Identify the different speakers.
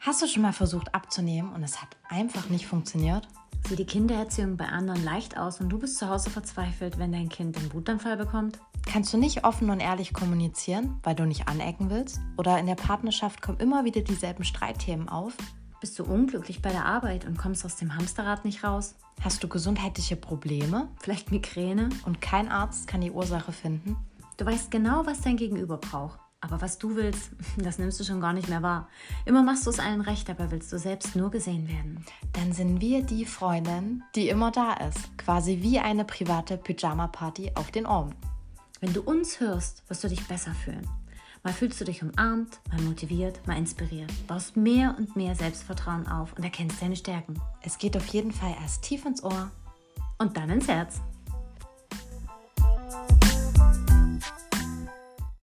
Speaker 1: Hast du schon mal versucht abzunehmen und es hat einfach nicht funktioniert?
Speaker 2: Sieht die Kindererziehung bei anderen leicht aus und du bist zu Hause verzweifelt, wenn dein Kind den Wutanfall bekommt?
Speaker 1: Kannst du nicht offen und ehrlich kommunizieren, weil du nicht anecken willst? Oder in der Partnerschaft kommen immer wieder dieselben Streitthemen auf?
Speaker 2: Bist du unglücklich bei der Arbeit und kommst aus dem Hamsterrad nicht raus?
Speaker 1: Hast du gesundheitliche Probleme
Speaker 2: Vielleicht Migräne?
Speaker 1: und kein Arzt kann die Ursache finden?
Speaker 2: Du weißt genau, was dein Gegenüber braucht. Aber was du willst, das nimmst du schon gar nicht mehr wahr. Immer machst du es allen recht, dabei willst du selbst nur gesehen werden.
Speaker 1: Dann sind wir die Freundin, die immer da ist. Quasi wie eine private Pyjama-Party auf den Ohren.
Speaker 2: Wenn du uns hörst, wirst du dich besser fühlen. Mal fühlst du dich umarmt, mal motiviert, mal inspiriert. Baust mehr und mehr Selbstvertrauen auf und erkennst deine Stärken.
Speaker 1: Es geht auf jeden Fall erst tief ins Ohr
Speaker 2: Und dann ins Herz.